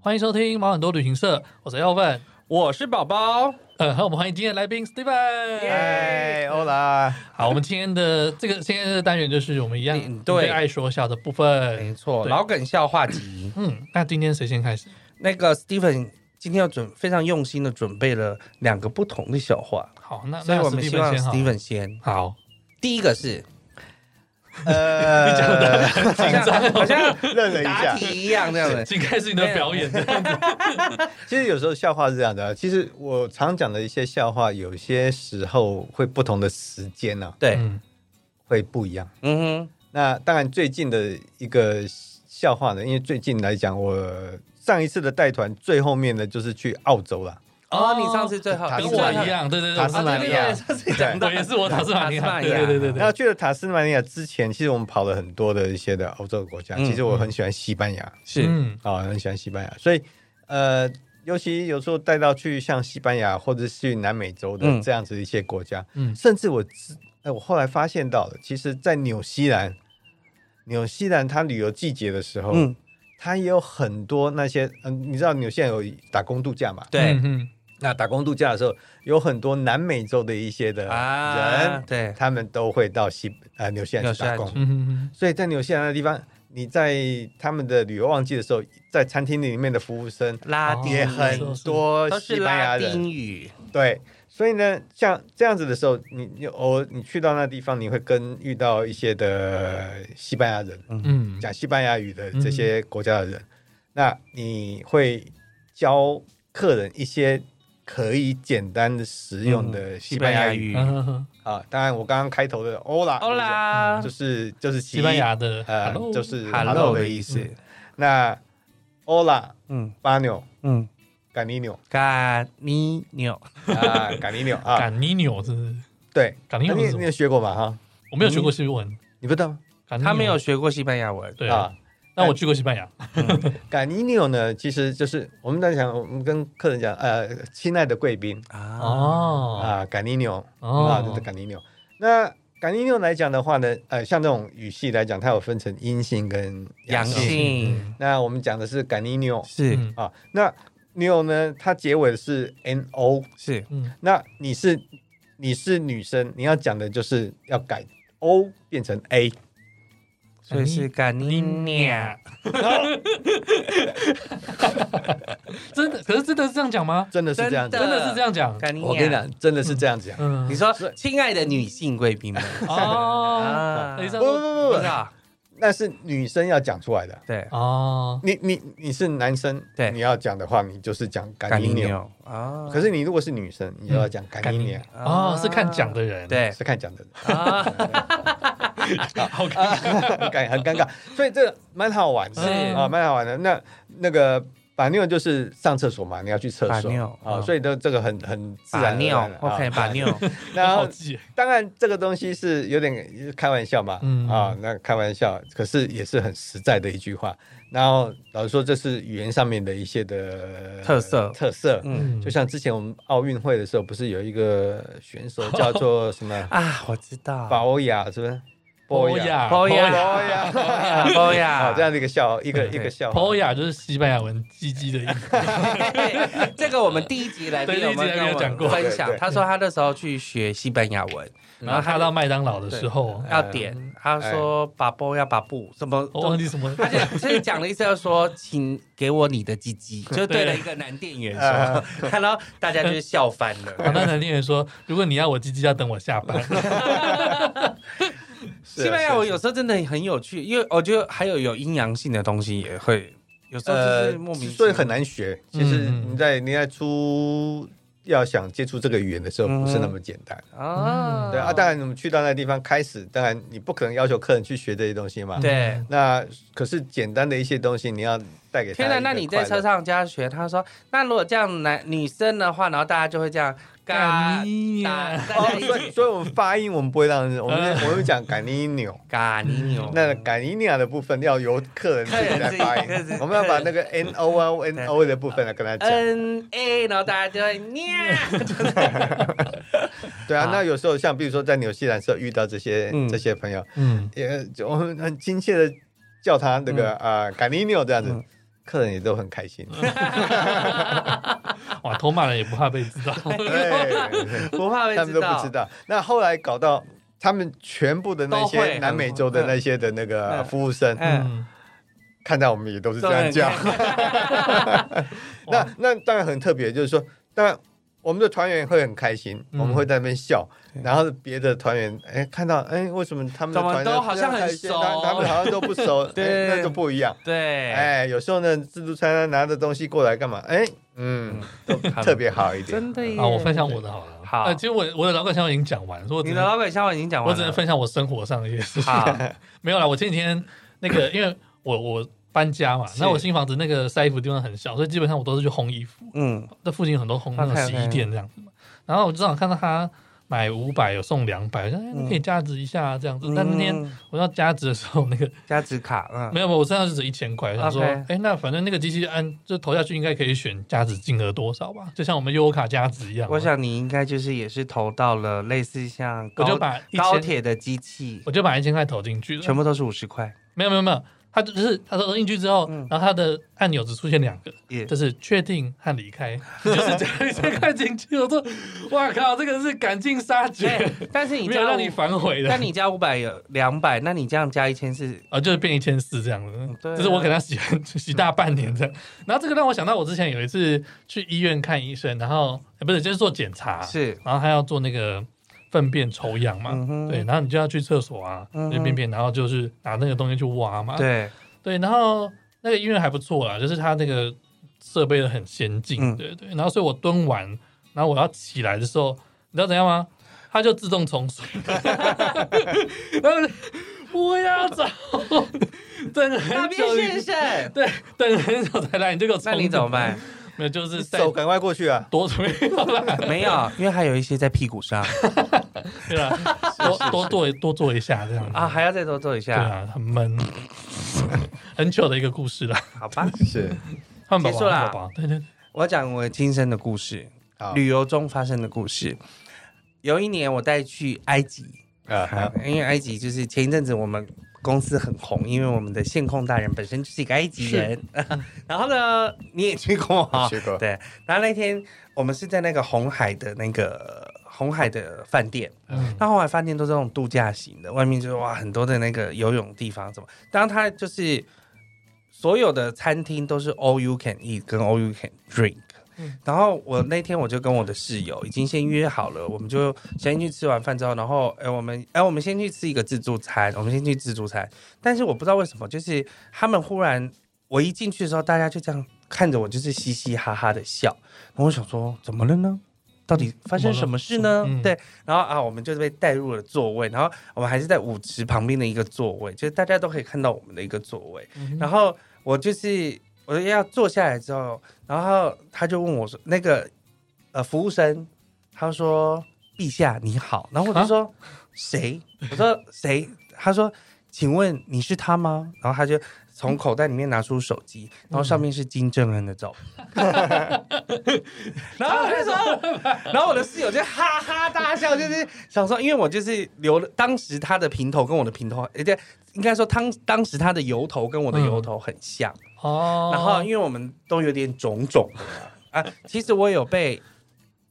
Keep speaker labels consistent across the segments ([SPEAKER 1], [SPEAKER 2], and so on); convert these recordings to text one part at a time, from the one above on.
[SPEAKER 1] 欢迎收听毛很多旅行社，我是 Elvin，
[SPEAKER 2] 我是宝宝，
[SPEAKER 1] 呃，和我们欢迎今天的来宾 Steven。
[SPEAKER 2] 哎，欧啦，
[SPEAKER 1] 好，我们今天的这个今天的单元就是我们一样
[SPEAKER 2] 嗯对
[SPEAKER 1] 爱说笑的部
[SPEAKER 2] 没
[SPEAKER 1] 分。
[SPEAKER 2] 错，
[SPEAKER 1] 对
[SPEAKER 2] 老梗笑话集。
[SPEAKER 1] 嗯，那今天谁先开始？
[SPEAKER 2] 那个 Stephen 今天要准非常用心的准备了两个不同的笑话，
[SPEAKER 1] 好，那
[SPEAKER 2] 所以
[SPEAKER 1] 那
[SPEAKER 2] 我们
[SPEAKER 1] Steven
[SPEAKER 2] 希望
[SPEAKER 1] 先好。
[SPEAKER 2] Stephen 先。
[SPEAKER 1] 好，
[SPEAKER 2] 第一个是，
[SPEAKER 3] 呃，
[SPEAKER 2] 好像好像
[SPEAKER 3] 愣了一
[SPEAKER 2] 答
[SPEAKER 3] 下。
[SPEAKER 2] 题一样那样的，
[SPEAKER 1] 请开始你的表演。
[SPEAKER 3] 其实有时候笑话是这样的，啊其实我常讲的一些笑话，有些时候会不同的时间呢、
[SPEAKER 2] 对，
[SPEAKER 1] 嗯，
[SPEAKER 3] 会不一样。
[SPEAKER 2] 嗯哼，
[SPEAKER 3] 那当然最近的一个笑话呢，因为最近来讲，我上一次的带团最后面的就是去澳洲了，
[SPEAKER 2] 哦，你上次最后
[SPEAKER 3] 塔
[SPEAKER 2] 你
[SPEAKER 1] 跟
[SPEAKER 3] 斯
[SPEAKER 2] 最
[SPEAKER 1] 我
[SPEAKER 2] 后
[SPEAKER 3] 马尼
[SPEAKER 1] 一样，对对对，
[SPEAKER 3] 塔斯马尼亚
[SPEAKER 1] 我是
[SPEAKER 2] 上次讲
[SPEAKER 1] 对
[SPEAKER 2] 到
[SPEAKER 1] 我也是我塔斯马尼
[SPEAKER 2] 塔
[SPEAKER 1] 亚，
[SPEAKER 2] 斯马尼
[SPEAKER 1] 对
[SPEAKER 2] 亚
[SPEAKER 1] 对对对
[SPEAKER 3] 然后
[SPEAKER 1] 对。
[SPEAKER 3] 去了塔斯马尼亚之前，其实我们跑了很多的一些的欧洲的国家。
[SPEAKER 2] 嗯
[SPEAKER 3] 其实我很喜欢西班牙
[SPEAKER 2] 是
[SPEAKER 1] 嗯
[SPEAKER 3] 啊、很喜欢西班牙，所以呃，尤其有时候带到去像西班牙或者是去南美洲的
[SPEAKER 2] 嗯
[SPEAKER 3] 这样子一些国家，
[SPEAKER 1] 嗯
[SPEAKER 3] 甚至我知，呃，我后来发现到了，其实，在纽西兰，纽西兰它旅游季节的时候，
[SPEAKER 2] 嗯，
[SPEAKER 3] 它也有很多那些，嗯、你知道纽西兰有打工度假嘛？
[SPEAKER 2] 对
[SPEAKER 1] 嗯
[SPEAKER 3] 那打工度假的时候，有很多南美洲的一些的人，
[SPEAKER 2] 啊，对，
[SPEAKER 3] 他们都会到西呃纽西兰去打
[SPEAKER 2] 纽
[SPEAKER 3] 工
[SPEAKER 2] 西，
[SPEAKER 1] 嗯嗯
[SPEAKER 3] 所以在纽西兰的地方，你在他们的旅游旺季的时候，在餐厅里面的服务生
[SPEAKER 2] 拉丁语
[SPEAKER 3] 也很多
[SPEAKER 2] 都哦是
[SPEAKER 3] 西班牙
[SPEAKER 2] 拉
[SPEAKER 3] 人，
[SPEAKER 2] 丁语，
[SPEAKER 3] 对，所以呢，像这样子的时候，你你偶尔你去到那地方，你会跟遇到一些的西班牙人，
[SPEAKER 1] 嗯嗯，
[SPEAKER 3] 讲西班牙语的这些国家的人，那你会教客人一些可以简单的实用的西班牙语、
[SPEAKER 2] 语
[SPEAKER 1] 嗯嗯嗯
[SPEAKER 3] 啊。当然，我刚刚开头的欧拉
[SPEAKER 2] 欧哦啦
[SPEAKER 3] 嗯就，是就是其一
[SPEAKER 1] 西班牙的
[SPEAKER 3] 呃
[SPEAKER 1] hello，
[SPEAKER 3] 就是
[SPEAKER 2] hello
[SPEAKER 3] 的
[SPEAKER 2] 的
[SPEAKER 3] 意
[SPEAKER 2] 意
[SPEAKER 3] 思
[SPEAKER 2] 思。
[SPEAKER 3] 那欧拉
[SPEAKER 2] 嗯
[SPEAKER 3] 巴纽
[SPEAKER 2] 嗯，
[SPEAKER 3] 赶尼纽
[SPEAKER 2] 嘎尼纽，
[SPEAKER 3] 啊，赶尼纽 啊，
[SPEAKER 1] 赶尼纽是不是，
[SPEAKER 3] 对，
[SPEAKER 1] 赶尼
[SPEAKER 3] 你
[SPEAKER 1] 纽是什
[SPEAKER 3] 你
[SPEAKER 1] 么
[SPEAKER 3] 有学过吗？哈，
[SPEAKER 1] 我没有学过西文，
[SPEAKER 3] 你不知道吗？
[SPEAKER 1] 赶尼纽
[SPEAKER 2] 他没有学过西班牙文，
[SPEAKER 1] 对
[SPEAKER 3] 啊
[SPEAKER 1] 哦啊，，但我去过西班牙，
[SPEAKER 3] 赶尼纽呢，其实就是我们在讲，我们跟客人讲，呃，亲爱的贵宾
[SPEAKER 2] 啊，
[SPEAKER 1] 哦
[SPEAKER 3] 啊，赶尼纽啊，这
[SPEAKER 1] 哦
[SPEAKER 3] 是，赶尼纽。那赶尼纽来讲的话呢，呃，像这种语系来讲，它有分成阴性跟
[SPEAKER 2] 阳
[SPEAKER 3] 性。
[SPEAKER 2] 性
[SPEAKER 3] 那我们讲的是赶尼纽
[SPEAKER 2] 是
[SPEAKER 1] 嗯
[SPEAKER 3] 啊，那纽呢，它结尾是 n o，
[SPEAKER 2] 是
[SPEAKER 1] 嗯
[SPEAKER 3] 那你是你是女生，你要讲的就是要改 o 变成 a，
[SPEAKER 2] 所以是嘎尼纽，
[SPEAKER 1] 真的，可是真的是这样讲吗？
[SPEAKER 3] 真的是这样子
[SPEAKER 2] 真。
[SPEAKER 1] 真的是这样讲，
[SPEAKER 2] 嘎尼
[SPEAKER 3] 我跟你
[SPEAKER 2] 亚。
[SPEAKER 3] 讲，真的是这样子讲。
[SPEAKER 1] 嗯
[SPEAKER 2] 你说亲爱的女性贵宾们
[SPEAKER 1] 哦，
[SPEAKER 2] 啊，
[SPEAKER 1] 等一下
[SPEAKER 3] 不不不
[SPEAKER 2] 不
[SPEAKER 3] 不
[SPEAKER 2] 知，道，
[SPEAKER 3] 那是女生要讲出来的。
[SPEAKER 2] 对，
[SPEAKER 1] 哦，
[SPEAKER 3] 你你你是男生，
[SPEAKER 2] 对
[SPEAKER 3] 你要讲的话，你哦就是讲
[SPEAKER 2] 嘎
[SPEAKER 3] 干
[SPEAKER 2] 尼
[SPEAKER 3] 尼牛。
[SPEAKER 2] 纽啊，
[SPEAKER 3] 可是你如果是女生，你就要讲干尼牛，
[SPEAKER 1] 哦，是看讲的人，，
[SPEAKER 2] 对
[SPEAKER 3] 是看讲的 人，
[SPEAKER 2] 啊，
[SPEAKER 1] 好看，
[SPEAKER 3] 很尴很尴尬，所以这蛮好玩的
[SPEAKER 2] 是
[SPEAKER 3] 啊，蛮好玩的。那那个把尿就是上厕所嘛，你要去厕
[SPEAKER 2] 把
[SPEAKER 3] 所
[SPEAKER 2] 尿
[SPEAKER 3] 啊，
[SPEAKER 2] 嗯
[SPEAKER 3] 所以都这个很很自
[SPEAKER 2] 把
[SPEAKER 3] 然而
[SPEAKER 2] 尿
[SPEAKER 3] 然的啊
[SPEAKER 2] ，OK，把尿，
[SPEAKER 3] 然
[SPEAKER 1] 好
[SPEAKER 3] 后
[SPEAKER 1] 记，
[SPEAKER 3] 当然这个东西是有点开玩笑嘛，
[SPEAKER 1] 嗯
[SPEAKER 3] 啊，那开玩笑，可是也是很实在的一句话。然后老实说，这是语言上面的一些的
[SPEAKER 2] 特色
[SPEAKER 3] 特色。
[SPEAKER 2] 嗯
[SPEAKER 3] 就像之前我们奥运会的时候，不是有一个选手叫 做什么
[SPEAKER 2] 啊，我知道，
[SPEAKER 3] 保雅，是不是？
[SPEAKER 1] 波
[SPEAKER 3] 雅，
[SPEAKER 1] 雅，
[SPEAKER 2] 波雅
[SPEAKER 3] 保 雅，
[SPEAKER 2] 包呀
[SPEAKER 3] 啊，，这样的一个笑，一个
[SPEAKER 2] 嗯
[SPEAKER 3] 一个笑话。
[SPEAKER 1] 波雅就是西班牙文“鸡鸡”的意思，
[SPEAKER 2] 嘿 这个我们第一集来宾
[SPEAKER 1] 对
[SPEAKER 2] 有没
[SPEAKER 1] 第
[SPEAKER 2] 有
[SPEAKER 1] 一集来宾有讲
[SPEAKER 2] 跟
[SPEAKER 1] 过嗯
[SPEAKER 2] 我们分享
[SPEAKER 3] 对对？
[SPEAKER 2] 他说他那时候去学西班牙文，
[SPEAKER 1] 然后他到麦当劳的时候，
[SPEAKER 2] 要点，他说把包要把布什么，
[SPEAKER 1] 我忘记什么，
[SPEAKER 2] 他就 所以讲的意思要说，请给我你的鸡 鸡，就对了一个男店员说， 然后大家就笑翻
[SPEAKER 1] 好，
[SPEAKER 2] 了。
[SPEAKER 1] 那男店员说：“如果你要我鸡鸡，要等我下班。
[SPEAKER 2] 西
[SPEAKER 3] 是啊
[SPEAKER 2] 班牙
[SPEAKER 3] 是啊
[SPEAKER 2] 文有时候真的很有趣，因为我觉得还有有阴阳性的东西也会，有时候就是莫名其妙，
[SPEAKER 3] 所以呃很难学。其实
[SPEAKER 1] 嗯嗯
[SPEAKER 3] 你在你在初要想接触这个语言的时候，
[SPEAKER 2] 嗯
[SPEAKER 3] 不是那么简单。
[SPEAKER 2] 啊
[SPEAKER 1] 嗯
[SPEAKER 3] 对啊，当然我们去到那地方开始，当然你不可能要求客人去学这些东西嘛。
[SPEAKER 2] 对。
[SPEAKER 3] 那可是简单的一些东西，你要带给他。
[SPEAKER 2] 天哪！那你在车？上教学，他说，那如果这样男女生的话，然后大家就会这样
[SPEAKER 1] 干
[SPEAKER 2] 嘎
[SPEAKER 1] 你
[SPEAKER 2] 打
[SPEAKER 1] 呀
[SPEAKER 2] 大
[SPEAKER 3] 哦
[SPEAKER 2] 家，一
[SPEAKER 3] 所以
[SPEAKER 2] 起
[SPEAKER 3] 所以我们发音我们不会 让人，我们我们讲赶尼纽，
[SPEAKER 2] 嘎尼牛，
[SPEAKER 3] 那赶尼亚的部分要由客人自己来发
[SPEAKER 2] 客人自
[SPEAKER 3] 音
[SPEAKER 2] 己，
[SPEAKER 3] 我们要把 那个 n o 啊 n o 的部分来跟他讲。
[SPEAKER 2] N A，然后大家就 会 念，
[SPEAKER 3] 对啊
[SPEAKER 2] 啊，
[SPEAKER 3] 那有时候像比如说在纽西兰时候遇到这些
[SPEAKER 2] 嗯
[SPEAKER 3] 这些朋友，”
[SPEAKER 1] 嗯，
[SPEAKER 3] 也就我们很亲切的叫他那个啊，赶尼纽这样子
[SPEAKER 2] 嗯。哎
[SPEAKER 3] 客人也都很 开心。
[SPEAKER 1] 哇，偷骂人也不怕被 知道，
[SPEAKER 3] 对，
[SPEAKER 2] 不怕被
[SPEAKER 3] 他们
[SPEAKER 2] 知
[SPEAKER 3] 都不
[SPEAKER 2] 道
[SPEAKER 3] 知。道。那后来搞到他们全部的那
[SPEAKER 2] 都
[SPEAKER 3] 些
[SPEAKER 2] 会
[SPEAKER 3] 南美洲的那些的那个
[SPEAKER 2] 嗯
[SPEAKER 3] 服务生，
[SPEAKER 2] 嗯
[SPEAKER 1] 嗯，
[SPEAKER 3] 看到我们也都是这样叫。 那那当然很特别，就是说，当然我们的团员会很开心，
[SPEAKER 1] 嗯
[SPEAKER 3] 我们会在那边笑，
[SPEAKER 2] 对
[SPEAKER 3] 然后别的团员哎看到哎为什么他们的
[SPEAKER 2] 怎么
[SPEAKER 3] 团员
[SPEAKER 2] 都好像很
[SPEAKER 3] 开心
[SPEAKER 2] 熟
[SPEAKER 3] 他他们好 像都不熟，哎
[SPEAKER 2] 对
[SPEAKER 3] 那就不一样。
[SPEAKER 2] 对，
[SPEAKER 3] 哎，有时候呢，自助餐拿着东西过来干嘛？哎，嗯，都特别好一点。
[SPEAKER 2] 真的耶
[SPEAKER 1] 啊好，我分享我的好了。
[SPEAKER 2] 好
[SPEAKER 1] 呃，其实我我的老板想法已经讲完，所以我只
[SPEAKER 2] 你的
[SPEAKER 1] 能
[SPEAKER 2] 老板笑话已经讲
[SPEAKER 1] 我
[SPEAKER 2] 完了，
[SPEAKER 1] 只能分享我生活上的一些事情。
[SPEAKER 2] 好，
[SPEAKER 1] 没有啦，我前几天那个，因为我我搬家嘛，
[SPEAKER 2] 是
[SPEAKER 1] 那我新房子那个晒衣服地方很小，所以基本上我都是去烘衣服。
[SPEAKER 2] 嗯，
[SPEAKER 1] 那附近有很多烘 那种洗衣店这样子嘛。然后我正好看到他买五百有送两百，我说哎，你可以加值一下啊这样子。但那天
[SPEAKER 2] 嗯
[SPEAKER 1] 我要加值的时候，那个
[SPEAKER 2] 加值卡，嗯，
[SPEAKER 1] 没有，没有我身上就只有一千块，想说，哎
[SPEAKER 2] OK、
[SPEAKER 1] 那反正那个机器按就投下去，应该可以选加值金额多少吧，就像我们优卡加值一样嘛。
[SPEAKER 2] 我想你应该就是也是投到了类似像
[SPEAKER 1] 我
[SPEAKER 2] 高
[SPEAKER 1] 就把一
[SPEAKER 2] 高
[SPEAKER 1] 千，
[SPEAKER 2] 铁的机器，
[SPEAKER 1] 我就把一千块投进去了，
[SPEAKER 2] 全部都是五十块，
[SPEAKER 1] 没有没有没有，他就是他投进去之后，
[SPEAKER 2] 嗯
[SPEAKER 1] 然后他的按钮只出现两个，
[SPEAKER 2] 也
[SPEAKER 1] 就是确定和离开，就是加一千块进去。我说，哇靠，这个是赶尽杀 绝，
[SPEAKER 2] 对，但是哎你
[SPEAKER 1] 没有
[SPEAKER 2] 加
[SPEAKER 1] 让
[SPEAKER 2] 五
[SPEAKER 1] 你反悔的。
[SPEAKER 2] 但你加五百有两百，那你这样加一千是
[SPEAKER 1] 啊，就是变一千四这样子，
[SPEAKER 2] 对啊嗯
[SPEAKER 1] 就是我给他洗洗大半 年这样。然后这个让我想到，我之前有一次去医院看医生，然后、哎不是就是做检查，
[SPEAKER 2] 是，
[SPEAKER 1] 然后他要做那个粪便抽样嘛，
[SPEAKER 2] 嗯哼
[SPEAKER 1] 对，然后你就要去厕所啊，
[SPEAKER 2] 嗯哼
[SPEAKER 1] 就便便，然后就是拿那个东西去挖嘛，
[SPEAKER 2] 对，
[SPEAKER 1] 对然后那个医院还不错啦，就是他那个设备很先进，
[SPEAKER 2] 嗯
[SPEAKER 1] 对对。然后所以我蹲完，然后我要起来的时候，你知道怎样吗？它就自动冲水， 然后我就不要走，等
[SPEAKER 2] 那
[SPEAKER 1] 很
[SPEAKER 2] 边
[SPEAKER 1] 久，
[SPEAKER 2] 先 生，
[SPEAKER 1] 对，等很久才来，你就给我冲。
[SPEAKER 2] 那你怎么？办？
[SPEAKER 1] 没有，就是在
[SPEAKER 3] 走，赶快过去啊！
[SPEAKER 1] 多准 备好啦，
[SPEAKER 2] 没有，因为还有一些在屁 股上
[SPEAKER 1] 对吧？多多做多做一下这样子
[SPEAKER 2] 啊，，还要再多做
[SPEAKER 1] 对
[SPEAKER 2] 一下，
[SPEAKER 1] 啊，很闷， 很糗的一个故事啦。
[SPEAKER 2] 好吧？
[SPEAKER 3] 是，
[SPEAKER 1] 汉堡
[SPEAKER 2] 结束啦
[SPEAKER 1] 包，汉堡包对对对，
[SPEAKER 2] 我讲我亲身的故事，
[SPEAKER 3] 好
[SPEAKER 2] 旅游中发生的故事。有一年我带去埃及，
[SPEAKER 3] 啊，好
[SPEAKER 2] 因为埃及就是前一阵子我们公司很红，因为我们的线控大人本身就是一个埃及人。 然后呢，你也去过啊、
[SPEAKER 3] 我去过
[SPEAKER 2] 对，然后那天我们是在那个红海的那个红海的饭店，
[SPEAKER 1] 嗯
[SPEAKER 2] 那后来饭店都是那种度假型的，外面就是哇很多的那个游泳地方什么，当然它就是所有的餐厅都是 all you can eat 跟 all you can drink。
[SPEAKER 1] 嗯
[SPEAKER 2] 然后我那天我就跟我的室友已经先约好了，我们就先去吃完饭之后，然后哎我们哎我们先去吃一个自助餐，我们先去自助餐。但是我不知道为什么，就是他们忽然我一进去的时候，大家就这样看着我，就是嘻嘻哈哈的笑。然后我想说，怎么了呢？到底发生什么事呢？
[SPEAKER 1] 嗯
[SPEAKER 2] 对，然后啊，我们就被带入了座位，然后我们还是在舞池旁边的一个座位，就是大家都可以看到我们的一个座位。然后我就是我要坐下来之后，然后他就问我说：“那个呃，服务生，他说陛下你好。”然后我就说：“谁？”我说：“谁？”他说：“请问你是他吗？”然后他就从口袋里面拿出手机，然后上面是金正恩的照片。 然后他就说，然后我的室友就哈哈大笑，就是想说，因为我就是留了当时他的平头跟我的平头，而且应该说当当时他的油头跟我的油头很像，
[SPEAKER 1] 哦，
[SPEAKER 2] 然后因为我们都有点肿肿的啊，啊其实我有被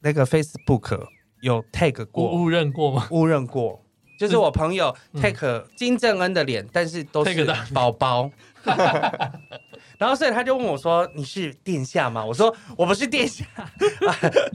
[SPEAKER 2] 那个 Facebook 有 tag 过
[SPEAKER 1] 误误认过吗？
[SPEAKER 2] 误认过。就是我朋友
[SPEAKER 1] 嗯
[SPEAKER 2] take 金正恩的脸，但是都
[SPEAKER 1] take
[SPEAKER 2] 是
[SPEAKER 1] 到
[SPEAKER 2] 宝宝， 然后所以他就问我说：“你是殿下吗？”我说：“我不是殿下。”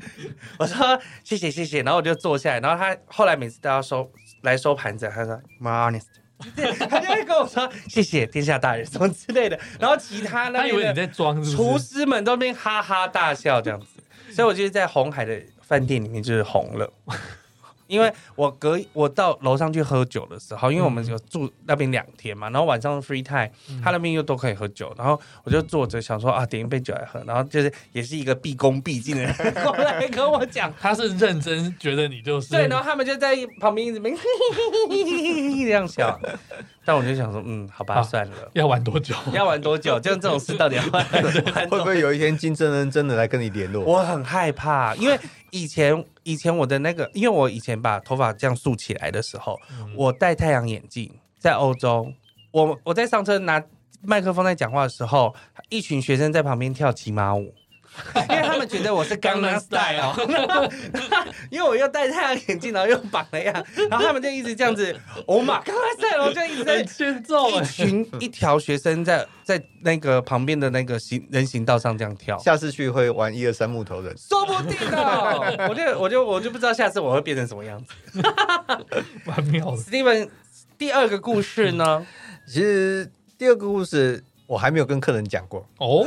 [SPEAKER 2] 我说：“谢谢谢谢。”然后我就坐下来，然后他后来每次都要收来收盘子，他说 m o n e s t 他就会跟我说：“谢谢殿下大人”什么之类的。然后其他那
[SPEAKER 1] 他以
[SPEAKER 2] 边
[SPEAKER 1] 为
[SPEAKER 2] 的
[SPEAKER 1] 你在装，是
[SPEAKER 2] 厨
[SPEAKER 1] 不是？
[SPEAKER 2] 师们都在那边哈哈大笑这 样子，所以我就是在红海的饭店里面就是红了。因为我隔我到楼上去喝酒的时候，因为我们有住那边两天嘛，然后晚上 free time，他
[SPEAKER 1] 嗯
[SPEAKER 2] 那边又都可以喝酒，然后我就坐着想说啊，点一杯酒来喝，然后就是也是一个毕恭毕敬的人过来跟我 讲
[SPEAKER 1] 他是认真觉得你就是
[SPEAKER 2] 对，然后他们就在旁边一直 没这样笑，但我就想说，嗯，好吧，
[SPEAKER 1] 好
[SPEAKER 2] 算了，
[SPEAKER 1] 要玩多久？
[SPEAKER 2] 要玩多久？就这种事到底要玩玩
[SPEAKER 3] 会
[SPEAKER 2] 多
[SPEAKER 3] 不
[SPEAKER 2] 久？
[SPEAKER 3] 会有一天金正恩真的来跟你联络？
[SPEAKER 2] 我很害怕，因为以前以前我的那个，因为我以前把头发这样竖起来的时候，
[SPEAKER 1] 嗯
[SPEAKER 2] 我戴太阳眼镜，在欧洲，我我在上车拿麦克风在讲话的时候，一群学生在旁边跳骑 马舞，因为他们觉得我是刚刚 style，因为我又戴太阳眼镜，然后又绑了呀，然后他们就一直这样子，哦妈，刚刚 style，我就 一直在
[SPEAKER 1] 很欠揍
[SPEAKER 2] 一
[SPEAKER 1] 哎，
[SPEAKER 2] 群一条学生在在那个旁边的那个行人行道上这样跳，
[SPEAKER 3] 下次去会玩一二三木头人，
[SPEAKER 2] 说不定的。 我就我就我就不知道下次我会变成什么样子。
[SPEAKER 1] 蛮妙的。
[SPEAKER 2] Steven，第二个故事呢？
[SPEAKER 3] 其实第二个故事我还没有跟客人讲过
[SPEAKER 1] 哦，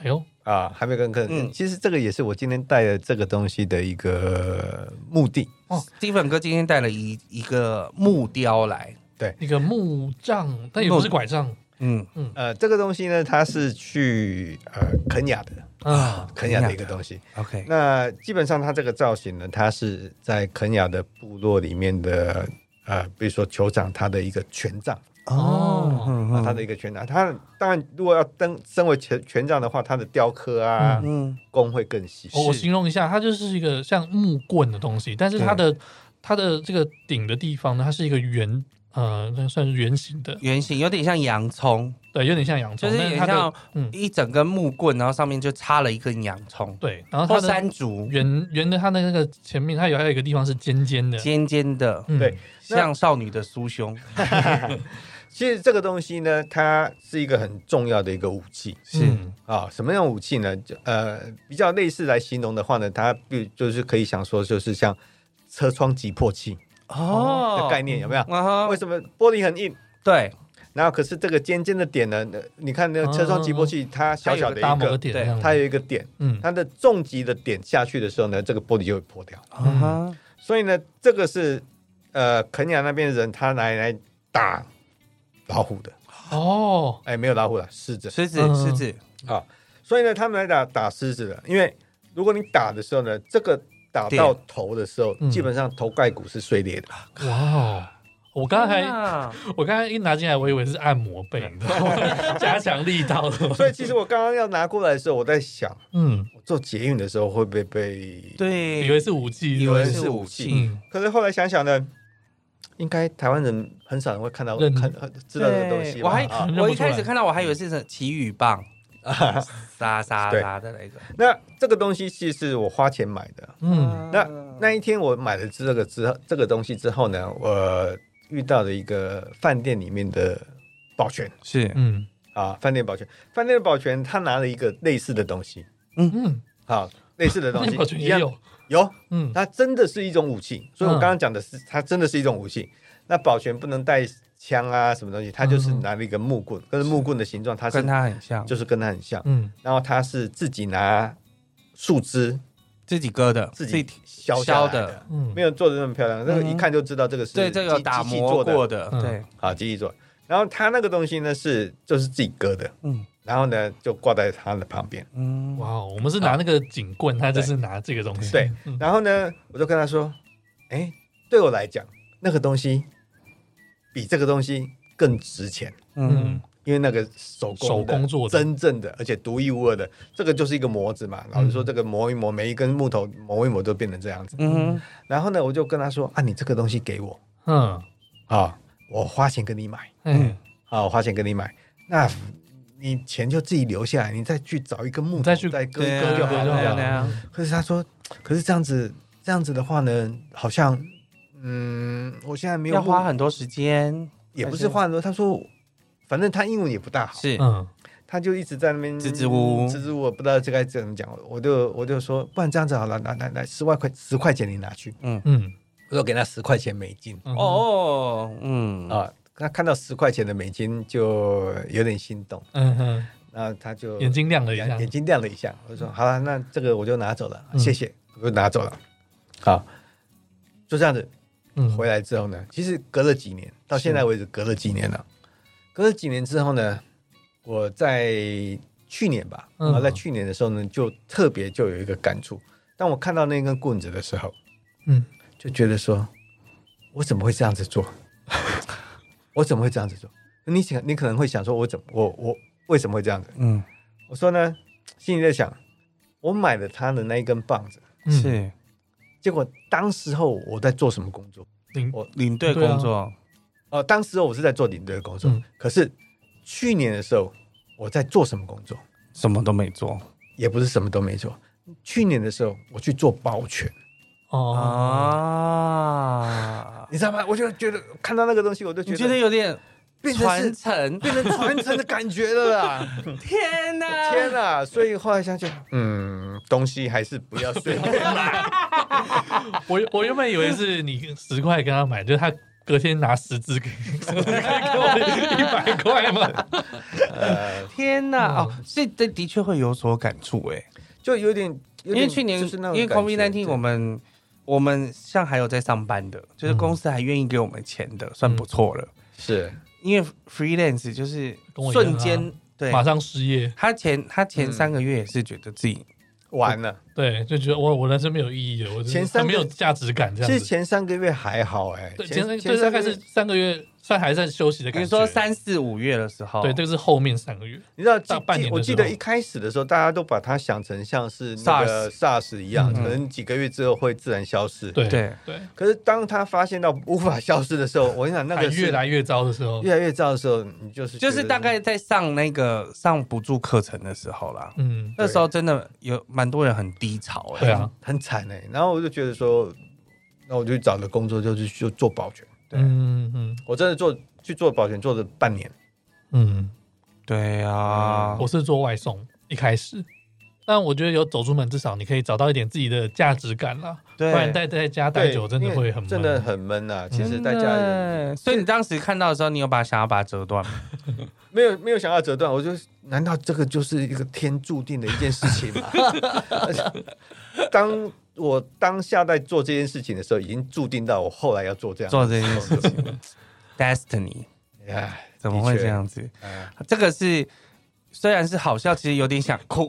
[SPEAKER 1] 哎呦，
[SPEAKER 3] 啊，还没有跟客人。
[SPEAKER 2] 嗯
[SPEAKER 3] 其实这个也是我今天带的这个东西的一个目的。
[SPEAKER 1] 哦
[SPEAKER 2] Steven 哥今天带了一一个木雕来，
[SPEAKER 1] 那个木杖，但也不是拐杖
[SPEAKER 2] 嗯，
[SPEAKER 3] 呃，这个东西呢，它是去呃肯雅的，
[SPEAKER 1] 啊，
[SPEAKER 3] 肯雅的一个东西。
[SPEAKER 2] ，OK，
[SPEAKER 3] 那基本上它这个造型呢，它是在肯雅的部落里面的呃，比如说酋长他的一个权杖。
[SPEAKER 1] 哦
[SPEAKER 2] 嗯
[SPEAKER 3] 啊，他的一个权杖，他当然如果要登身为权权杖的话，他的雕刻啊，
[SPEAKER 2] 嗯
[SPEAKER 3] 工会更细。
[SPEAKER 1] 哦我形容一下，它就是一个像木棍的东西，但是它的它的这个顶的地方呢，它是一个圆，呃，那算是圆形的，
[SPEAKER 2] 圆形有点像洋葱，
[SPEAKER 1] 对，有点像洋
[SPEAKER 2] 就
[SPEAKER 1] 葱，
[SPEAKER 2] 是
[SPEAKER 1] 但
[SPEAKER 2] 有
[SPEAKER 1] 是
[SPEAKER 2] 点
[SPEAKER 1] 它的
[SPEAKER 2] 像
[SPEAKER 1] 嗯，
[SPEAKER 2] 一整根木棍，然后上面就插了一根洋葱哦
[SPEAKER 1] 对，然后
[SPEAKER 2] 或
[SPEAKER 1] 它的
[SPEAKER 2] 山竹，
[SPEAKER 1] 圆圆的它的那个前面，它有还有一个地方是尖尖的，
[SPEAKER 2] 尖尖的，
[SPEAKER 1] 嗯
[SPEAKER 3] 对，那
[SPEAKER 2] 像少女的酥胸。
[SPEAKER 3] 其实这个东西呢，它是一个很重要的一个武器
[SPEAKER 1] 嗯
[SPEAKER 3] 啊、什么样的武器呢？就呃，比较类似来形容的话呢，它比就是可以想说，就是像车窗击破器
[SPEAKER 2] 哦
[SPEAKER 3] 的概念，有没有？
[SPEAKER 2] 啊
[SPEAKER 3] 为
[SPEAKER 2] 哈，
[SPEAKER 3] 什么玻璃很硬？
[SPEAKER 2] 对，
[SPEAKER 3] 然后可是这个尖尖的点呢？呃你看那个车窗击破器，它小小的
[SPEAKER 1] 搭
[SPEAKER 3] 一
[SPEAKER 1] 某个
[SPEAKER 3] 个，
[SPEAKER 1] 点
[SPEAKER 2] 对
[SPEAKER 1] 这样子，
[SPEAKER 3] 它有一个点，
[SPEAKER 1] 嗯
[SPEAKER 3] 它的重击的点下去的时候呢，这个玻璃就会破掉。
[SPEAKER 2] 啊哈，
[SPEAKER 3] 所以呢，这个是呃肯雅那边人他来来打老虎的，
[SPEAKER 1] 哦，
[SPEAKER 3] 哎，没有老虎了，狮子
[SPEAKER 2] 狮子，
[SPEAKER 1] 嗯
[SPEAKER 2] 狮子，
[SPEAKER 3] 啊。所以呢，他们来打打狮子的，因为如果你打的时候呢，这个打到头的时候，
[SPEAKER 1] 嗯
[SPEAKER 3] 基本上头盖骨是碎 裂的。
[SPEAKER 1] 哇哦。我刚才
[SPEAKER 2] 天哪
[SPEAKER 1] 我刚才一拿进来，我以为是按摩背，你知道 吗加强力道的。
[SPEAKER 3] 所以其实我刚刚要拿过来的时候，我在想，
[SPEAKER 1] 嗯，
[SPEAKER 3] 我做捷运的时候会不会被？
[SPEAKER 2] 对，
[SPEAKER 1] 以为是武器，
[SPEAKER 2] 以
[SPEAKER 1] 是不
[SPEAKER 2] 为
[SPEAKER 1] 是
[SPEAKER 2] 是武器，
[SPEAKER 1] 嗯，
[SPEAKER 3] 可是后来想想呢，应该台湾人很少人会看到
[SPEAKER 1] 认
[SPEAKER 3] 看呃知道这个东西
[SPEAKER 2] 对
[SPEAKER 3] 吧。
[SPEAKER 2] 我还
[SPEAKER 3] 啊
[SPEAKER 1] 认不出来
[SPEAKER 2] 我一开始看到我还以为是什么奇语棒，沙沙
[SPEAKER 3] 对
[SPEAKER 2] 沙的那个，
[SPEAKER 3] 那这个东西其实是我花钱买的，
[SPEAKER 1] 嗯，
[SPEAKER 3] 那那一天我买了这个之后，这个东西之后呢，我遇到了一个饭店里面的保全
[SPEAKER 2] 是
[SPEAKER 1] 嗯
[SPEAKER 3] 啊，饭店保全，饭店的保全他拿了一个类似的东西，
[SPEAKER 1] 嗯，
[SPEAKER 3] 啊，类似的东
[SPEAKER 1] 那
[SPEAKER 3] 西
[SPEAKER 1] 保全
[SPEAKER 3] 一
[SPEAKER 1] 也
[SPEAKER 3] 样
[SPEAKER 1] 有，
[SPEAKER 3] 有，
[SPEAKER 1] 嗯，
[SPEAKER 3] 它真的是一种武器，所以我刚刚讲的是它真的是一种武器。那保全不能带枪啊，什么东西，他就是拿了一个木棍，跟木棍的形状，它是
[SPEAKER 2] 跟它很像，
[SPEAKER 3] 就是跟它很像，
[SPEAKER 1] 嗯，
[SPEAKER 3] 然后他是自己拿树枝
[SPEAKER 2] 自己割的，
[SPEAKER 3] 自己
[SPEAKER 2] 体
[SPEAKER 3] 削下来
[SPEAKER 2] 削
[SPEAKER 3] 的
[SPEAKER 2] 的。
[SPEAKER 1] 嗯，
[SPEAKER 3] 没有做的那么漂亮，那个
[SPEAKER 2] 嗯
[SPEAKER 3] 一
[SPEAKER 2] 哼
[SPEAKER 3] 看就知道这个是
[SPEAKER 2] 对这个
[SPEAKER 3] 机
[SPEAKER 2] 打
[SPEAKER 3] 机器做
[SPEAKER 2] 磨
[SPEAKER 3] 的
[SPEAKER 2] 过的，
[SPEAKER 1] 嗯
[SPEAKER 2] 对，
[SPEAKER 3] 啊，机器做的。然后他那个东西呢是就是自己割的，
[SPEAKER 2] 嗯
[SPEAKER 3] 然后呢就挂在他的旁边。
[SPEAKER 2] 嗯，
[SPEAKER 1] 哇，我们是拿那个警棍，他就是拿这个东西，
[SPEAKER 3] 对
[SPEAKER 1] 嗯，
[SPEAKER 3] 然后呢，我就跟他说：“哎，对我来讲，那个东西比这个东西更值钱，
[SPEAKER 1] 嗯
[SPEAKER 2] 嗯，
[SPEAKER 3] 因为那个手工
[SPEAKER 1] 手工做的
[SPEAKER 3] 真正的，而且独一无二的。这个就是一个模子嘛。老实说，这个磨一磨，每一根木头磨一磨都变成这样子。
[SPEAKER 2] 嗯
[SPEAKER 3] 然后呢，我就跟他说：‘啊，你这个东西给我
[SPEAKER 1] 嗯，
[SPEAKER 3] 啊，我花钱跟你买。’
[SPEAKER 1] 哎，
[SPEAKER 3] 啊，我花钱给你买，那你钱就自己留下来，你再去找一根木头
[SPEAKER 1] 再去
[SPEAKER 3] 再割
[SPEAKER 2] 对
[SPEAKER 3] 一
[SPEAKER 2] 啊
[SPEAKER 3] 割就
[SPEAKER 1] 对
[SPEAKER 3] 好
[SPEAKER 1] 就好
[SPEAKER 2] 对
[SPEAKER 3] 了。
[SPEAKER 2] 啊对啊
[SPEAKER 3] 可是他说，可是这样子这样子的话呢，好像嗯，我现在没有
[SPEAKER 2] 要
[SPEAKER 3] 木
[SPEAKER 2] 花很多时间，
[SPEAKER 3] 也不
[SPEAKER 2] 还
[SPEAKER 3] 是花很多。他说，反正他英文也不大好，
[SPEAKER 2] 是
[SPEAKER 1] 嗯，
[SPEAKER 3] 他就一直在那边
[SPEAKER 2] 支支吾吾
[SPEAKER 3] 支支吾吾，我不知道这该怎么讲。我就我就说，不然这样子好了，来来来，十万块十块钱你拿去，
[SPEAKER 1] 嗯，
[SPEAKER 3] 我就给他十块钱美金
[SPEAKER 1] 嗯，
[SPEAKER 2] 哦，嗯
[SPEAKER 3] 啊。他看到十块钱的美金就有点心动，
[SPEAKER 1] 嗯哼，
[SPEAKER 3] 然后他就
[SPEAKER 1] 眼睛亮了一下
[SPEAKER 3] 眼，眼睛亮了一下，我就说好了，那这个我就拿走了，
[SPEAKER 1] 嗯
[SPEAKER 3] 谢谢，我就拿走了。好，就这样子
[SPEAKER 1] 嗯，
[SPEAKER 3] 回来之后呢，其实隔了几年，到现在为止隔了几年了，隔了几年之后呢，我在去年吧，
[SPEAKER 1] 嗯
[SPEAKER 3] 然后在去年的时候呢，就特别就有一个感触，当我看到那根棍子的时候，
[SPEAKER 1] 嗯，
[SPEAKER 3] 就觉得说，我怎么会这样子做？ 我怎么会这样子做？你想，你可能会想说，我怎么，我我为什么会这样子？
[SPEAKER 2] 嗯，
[SPEAKER 3] 我说呢，心里在想，我买了他的那一根棒子，
[SPEAKER 1] 嗯，
[SPEAKER 2] 是
[SPEAKER 3] 结果当时候我在做什么工作？哦
[SPEAKER 1] 零
[SPEAKER 3] 我
[SPEAKER 2] 领队
[SPEAKER 1] 对啊
[SPEAKER 2] 工作，
[SPEAKER 3] 呃，当时候我是在做领队的工作，
[SPEAKER 1] 嗯
[SPEAKER 3] 可是去年的时候我在做什么工作？
[SPEAKER 2] 什么都没做
[SPEAKER 3] 也不是什么都没做。去年的时候我去做保全，
[SPEAKER 1] 哦，
[SPEAKER 2] 啊。
[SPEAKER 3] 你知道吗？我就觉得看到那个东西，我就觉
[SPEAKER 2] 你
[SPEAKER 3] 得
[SPEAKER 2] 觉得有点
[SPEAKER 3] 变成
[SPEAKER 2] 传
[SPEAKER 3] 是
[SPEAKER 2] 承？
[SPEAKER 3] 变成传承的感觉了 啦！
[SPEAKER 2] 天哪！
[SPEAKER 3] 天哪！所以后来想想，嗯，东西还是不要随便买。
[SPEAKER 1] 我我原本以为是你十块给他买，就是他隔天拿十支给你， 可以给我一百块吗？
[SPEAKER 3] 呃，
[SPEAKER 2] 天
[SPEAKER 1] 嗯
[SPEAKER 2] 哪！哦，这这的确会有所感触哎，
[SPEAKER 3] 就有点，
[SPEAKER 2] 因
[SPEAKER 3] 有
[SPEAKER 2] 为
[SPEAKER 3] 点
[SPEAKER 2] 去年
[SPEAKER 3] 就是那种
[SPEAKER 2] 因为
[SPEAKER 3] 感觉
[SPEAKER 2] COVID
[SPEAKER 3] 对
[SPEAKER 2] nineteen 我们我们像还有在上班的，就是
[SPEAKER 1] 嗯
[SPEAKER 2] 公司还愿意给我们钱的，算不错了。
[SPEAKER 3] 是
[SPEAKER 2] 因为 freelance 就是
[SPEAKER 1] 跟我一样啊
[SPEAKER 2] 瞬间对，
[SPEAKER 1] 马上失业，
[SPEAKER 2] 他前他前
[SPEAKER 3] 嗯
[SPEAKER 2] 三个月也是觉得自己
[SPEAKER 3] 完了。
[SPEAKER 1] 对，就觉得我我人生没有意义了，我就是
[SPEAKER 3] 前三
[SPEAKER 1] 很
[SPEAKER 3] 个
[SPEAKER 1] 没有价值感这
[SPEAKER 3] 其实
[SPEAKER 1] 样子。
[SPEAKER 3] 前三个月还好哎、
[SPEAKER 1] 对，前
[SPEAKER 3] 前
[SPEAKER 1] 三
[SPEAKER 3] 前
[SPEAKER 1] 对大
[SPEAKER 3] 三个
[SPEAKER 1] 概
[SPEAKER 3] 月
[SPEAKER 1] 是，三个月，算还在休息的
[SPEAKER 2] 比
[SPEAKER 1] 感觉。
[SPEAKER 2] 如说三四五月的时候，
[SPEAKER 1] 对，这个是后面三个月。
[SPEAKER 3] 你知道
[SPEAKER 1] 大半
[SPEAKER 3] 记记
[SPEAKER 1] 年的
[SPEAKER 3] 我
[SPEAKER 1] 时候
[SPEAKER 3] 记得一开始的时候，大家都把它想成像是那个 SARS 一样，
[SPEAKER 1] 嗯
[SPEAKER 3] 可能几个月之后会自然消失。
[SPEAKER 1] 对
[SPEAKER 2] 对
[SPEAKER 1] 对，
[SPEAKER 3] 可是当他发现到无法消失 的时候，我跟你讲，那
[SPEAKER 1] 还
[SPEAKER 3] 个是
[SPEAKER 1] 越来越糟的时候，
[SPEAKER 3] 越来越糟的时候，你就是觉
[SPEAKER 2] 就
[SPEAKER 3] 得
[SPEAKER 2] 是大概在上那个上补助课程的时候啦，
[SPEAKER 1] 嗯，
[SPEAKER 2] 那时候真的有蛮多人很低潮哎、
[SPEAKER 1] 对啊，
[SPEAKER 3] 很惨哎、然后我就觉得说，那我就找了工作，就是就做保全。
[SPEAKER 2] 对
[SPEAKER 1] 嗯嗯
[SPEAKER 3] 我真的做去做保全，做了半年。
[SPEAKER 1] 嗯
[SPEAKER 2] 对啊
[SPEAKER 1] 嗯，，我是做外送一开始，但我觉得有走出门，至少你可以找到一点自己的价值感啦。不
[SPEAKER 2] 对，
[SPEAKER 1] 然待在家待
[SPEAKER 3] 对
[SPEAKER 1] 久真的
[SPEAKER 3] 因为
[SPEAKER 1] 会很闷
[SPEAKER 3] 真的很闷啊！其实
[SPEAKER 2] 真
[SPEAKER 3] 在家里
[SPEAKER 2] 的所以你当时看到的时候，你有把想要把它折断吗？
[SPEAKER 3] 没有没有想要折断，我就难道这个就是一个天注定的一件事情吗？ 而且当我当下在做这件事情的时候，已经注定到我后来要做这样。
[SPEAKER 2] 做这件事情，destiny
[SPEAKER 3] 哎，
[SPEAKER 2] 怎么会
[SPEAKER 3] 的确
[SPEAKER 2] 这样子？
[SPEAKER 3] 哎
[SPEAKER 2] 这个是虽然是好笑，其实有点想哭。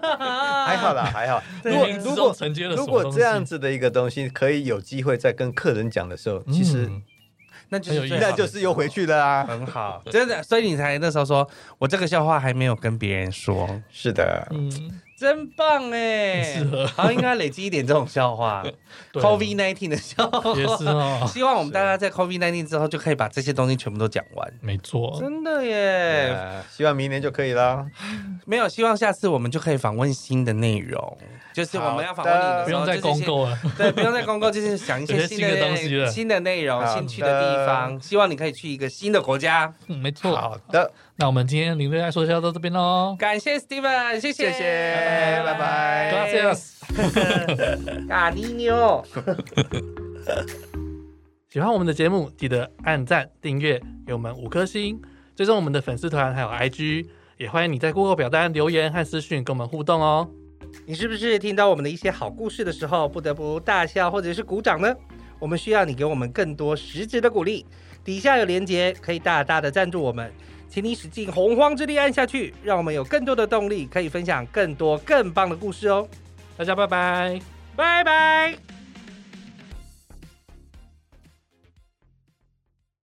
[SPEAKER 3] 还好啦，还好。
[SPEAKER 1] 冥
[SPEAKER 3] 如果
[SPEAKER 1] 冥之
[SPEAKER 3] 如
[SPEAKER 1] 中
[SPEAKER 3] 果
[SPEAKER 1] 承接了
[SPEAKER 3] 如
[SPEAKER 1] 什么
[SPEAKER 3] 果
[SPEAKER 1] 东西
[SPEAKER 3] 这样，子的一个东西，可以有机会在跟客人讲的时候，其实
[SPEAKER 1] 嗯
[SPEAKER 2] 那就
[SPEAKER 1] 很有
[SPEAKER 2] 是
[SPEAKER 1] 意思
[SPEAKER 2] 最好的
[SPEAKER 3] 那就是又回去了啊。
[SPEAKER 2] 很好， 真的，所以你才那时候说我这个笑话还没有跟别人说，
[SPEAKER 3] 是的，
[SPEAKER 1] 嗯，
[SPEAKER 2] 真棒哎，
[SPEAKER 1] 很适合
[SPEAKER 2] 好像应该累积一点这种笑 话
[SPEAKER 1] 对
[SPEAKER 2] ，COVID nineteen 的笑话
[SPEAKER 1] 也是哦，
[SPEAKER 2] 希望我们大家在 COVID nineteen 之后就可以把这些东西全部都讲完。
[SPEAKER 1] 没错，
[SPEAKER 2] 真的耶，
[SPEAKER 3] 呃希望明年就可以了。
[SPEAKER 2] 没有希望下次我们就可以访问新的内容，就是我们要访问你
[SPEAKER 3] 好
[SPEAKER 2] 的
[SPEAKER 3] 的
[SPEAKER 1] 不
[SPEAKER 2] 时候
[SPEAKER 1] 用再
[SPEAKER 2] 就是
[SPEAKER 1] 公
[SPEAKER 2] 先
[SPEAKER 1] 购了，
[SPEAKER 2] 对，不用再公告，就是想一
[SPEAKER 1] 有
[SPEAKER 2] 些
[SPEAKER 1] 些
[SPEAKER 2] 新
[SPEAKER 1] 新
[SPEAKER 2] 的
[SPEAKER 1] 的东西了
[SPEAKER 2] 新的内容、
[SPEAKER 3] 好
[SPEAKER 2] 新去的地
[SPEAKER 3] 的
[SPEAKER 2] 方。希望你可以去一个新的国家。
[SPEAKER 1] 嗯 没错。
[SPEAKER 3] 好的，
[SPEAKER 1] 那我们今天林瑞爱说笑到这边喽，
[SPEAKER 2] 感谢 Steven，谢
[SPEAKER 3] 谢
[SPEAKER 2] 谢，
[SPEAKER 3] 谢，拜拜。
[SPEAKER 1] Gracias
[SPEAKER 2] 咖喱妞。
[SPEAKER 1] 喜欢我们的节目，记得按赞、订阅，给我们五颗星，追踪我们的粉丝团还有 IG，也欢迎你在 Google 表单留言和私讯跟我们互动哦。
[SPEAKER 2] 你是不是听到我们的一些好故事的时候，不得不大笑或者是鼓掌呢？我们需要你给我们更多实质的鼓励。底下有连结，可以大大的赞助我们，请你使尽洪荒之力按下去，让我们有更多的动力，可以分享更多更棒的故事哦。
[SPEAKER 1] 大家拜拜。
[SPEAKER 2] 拜拜。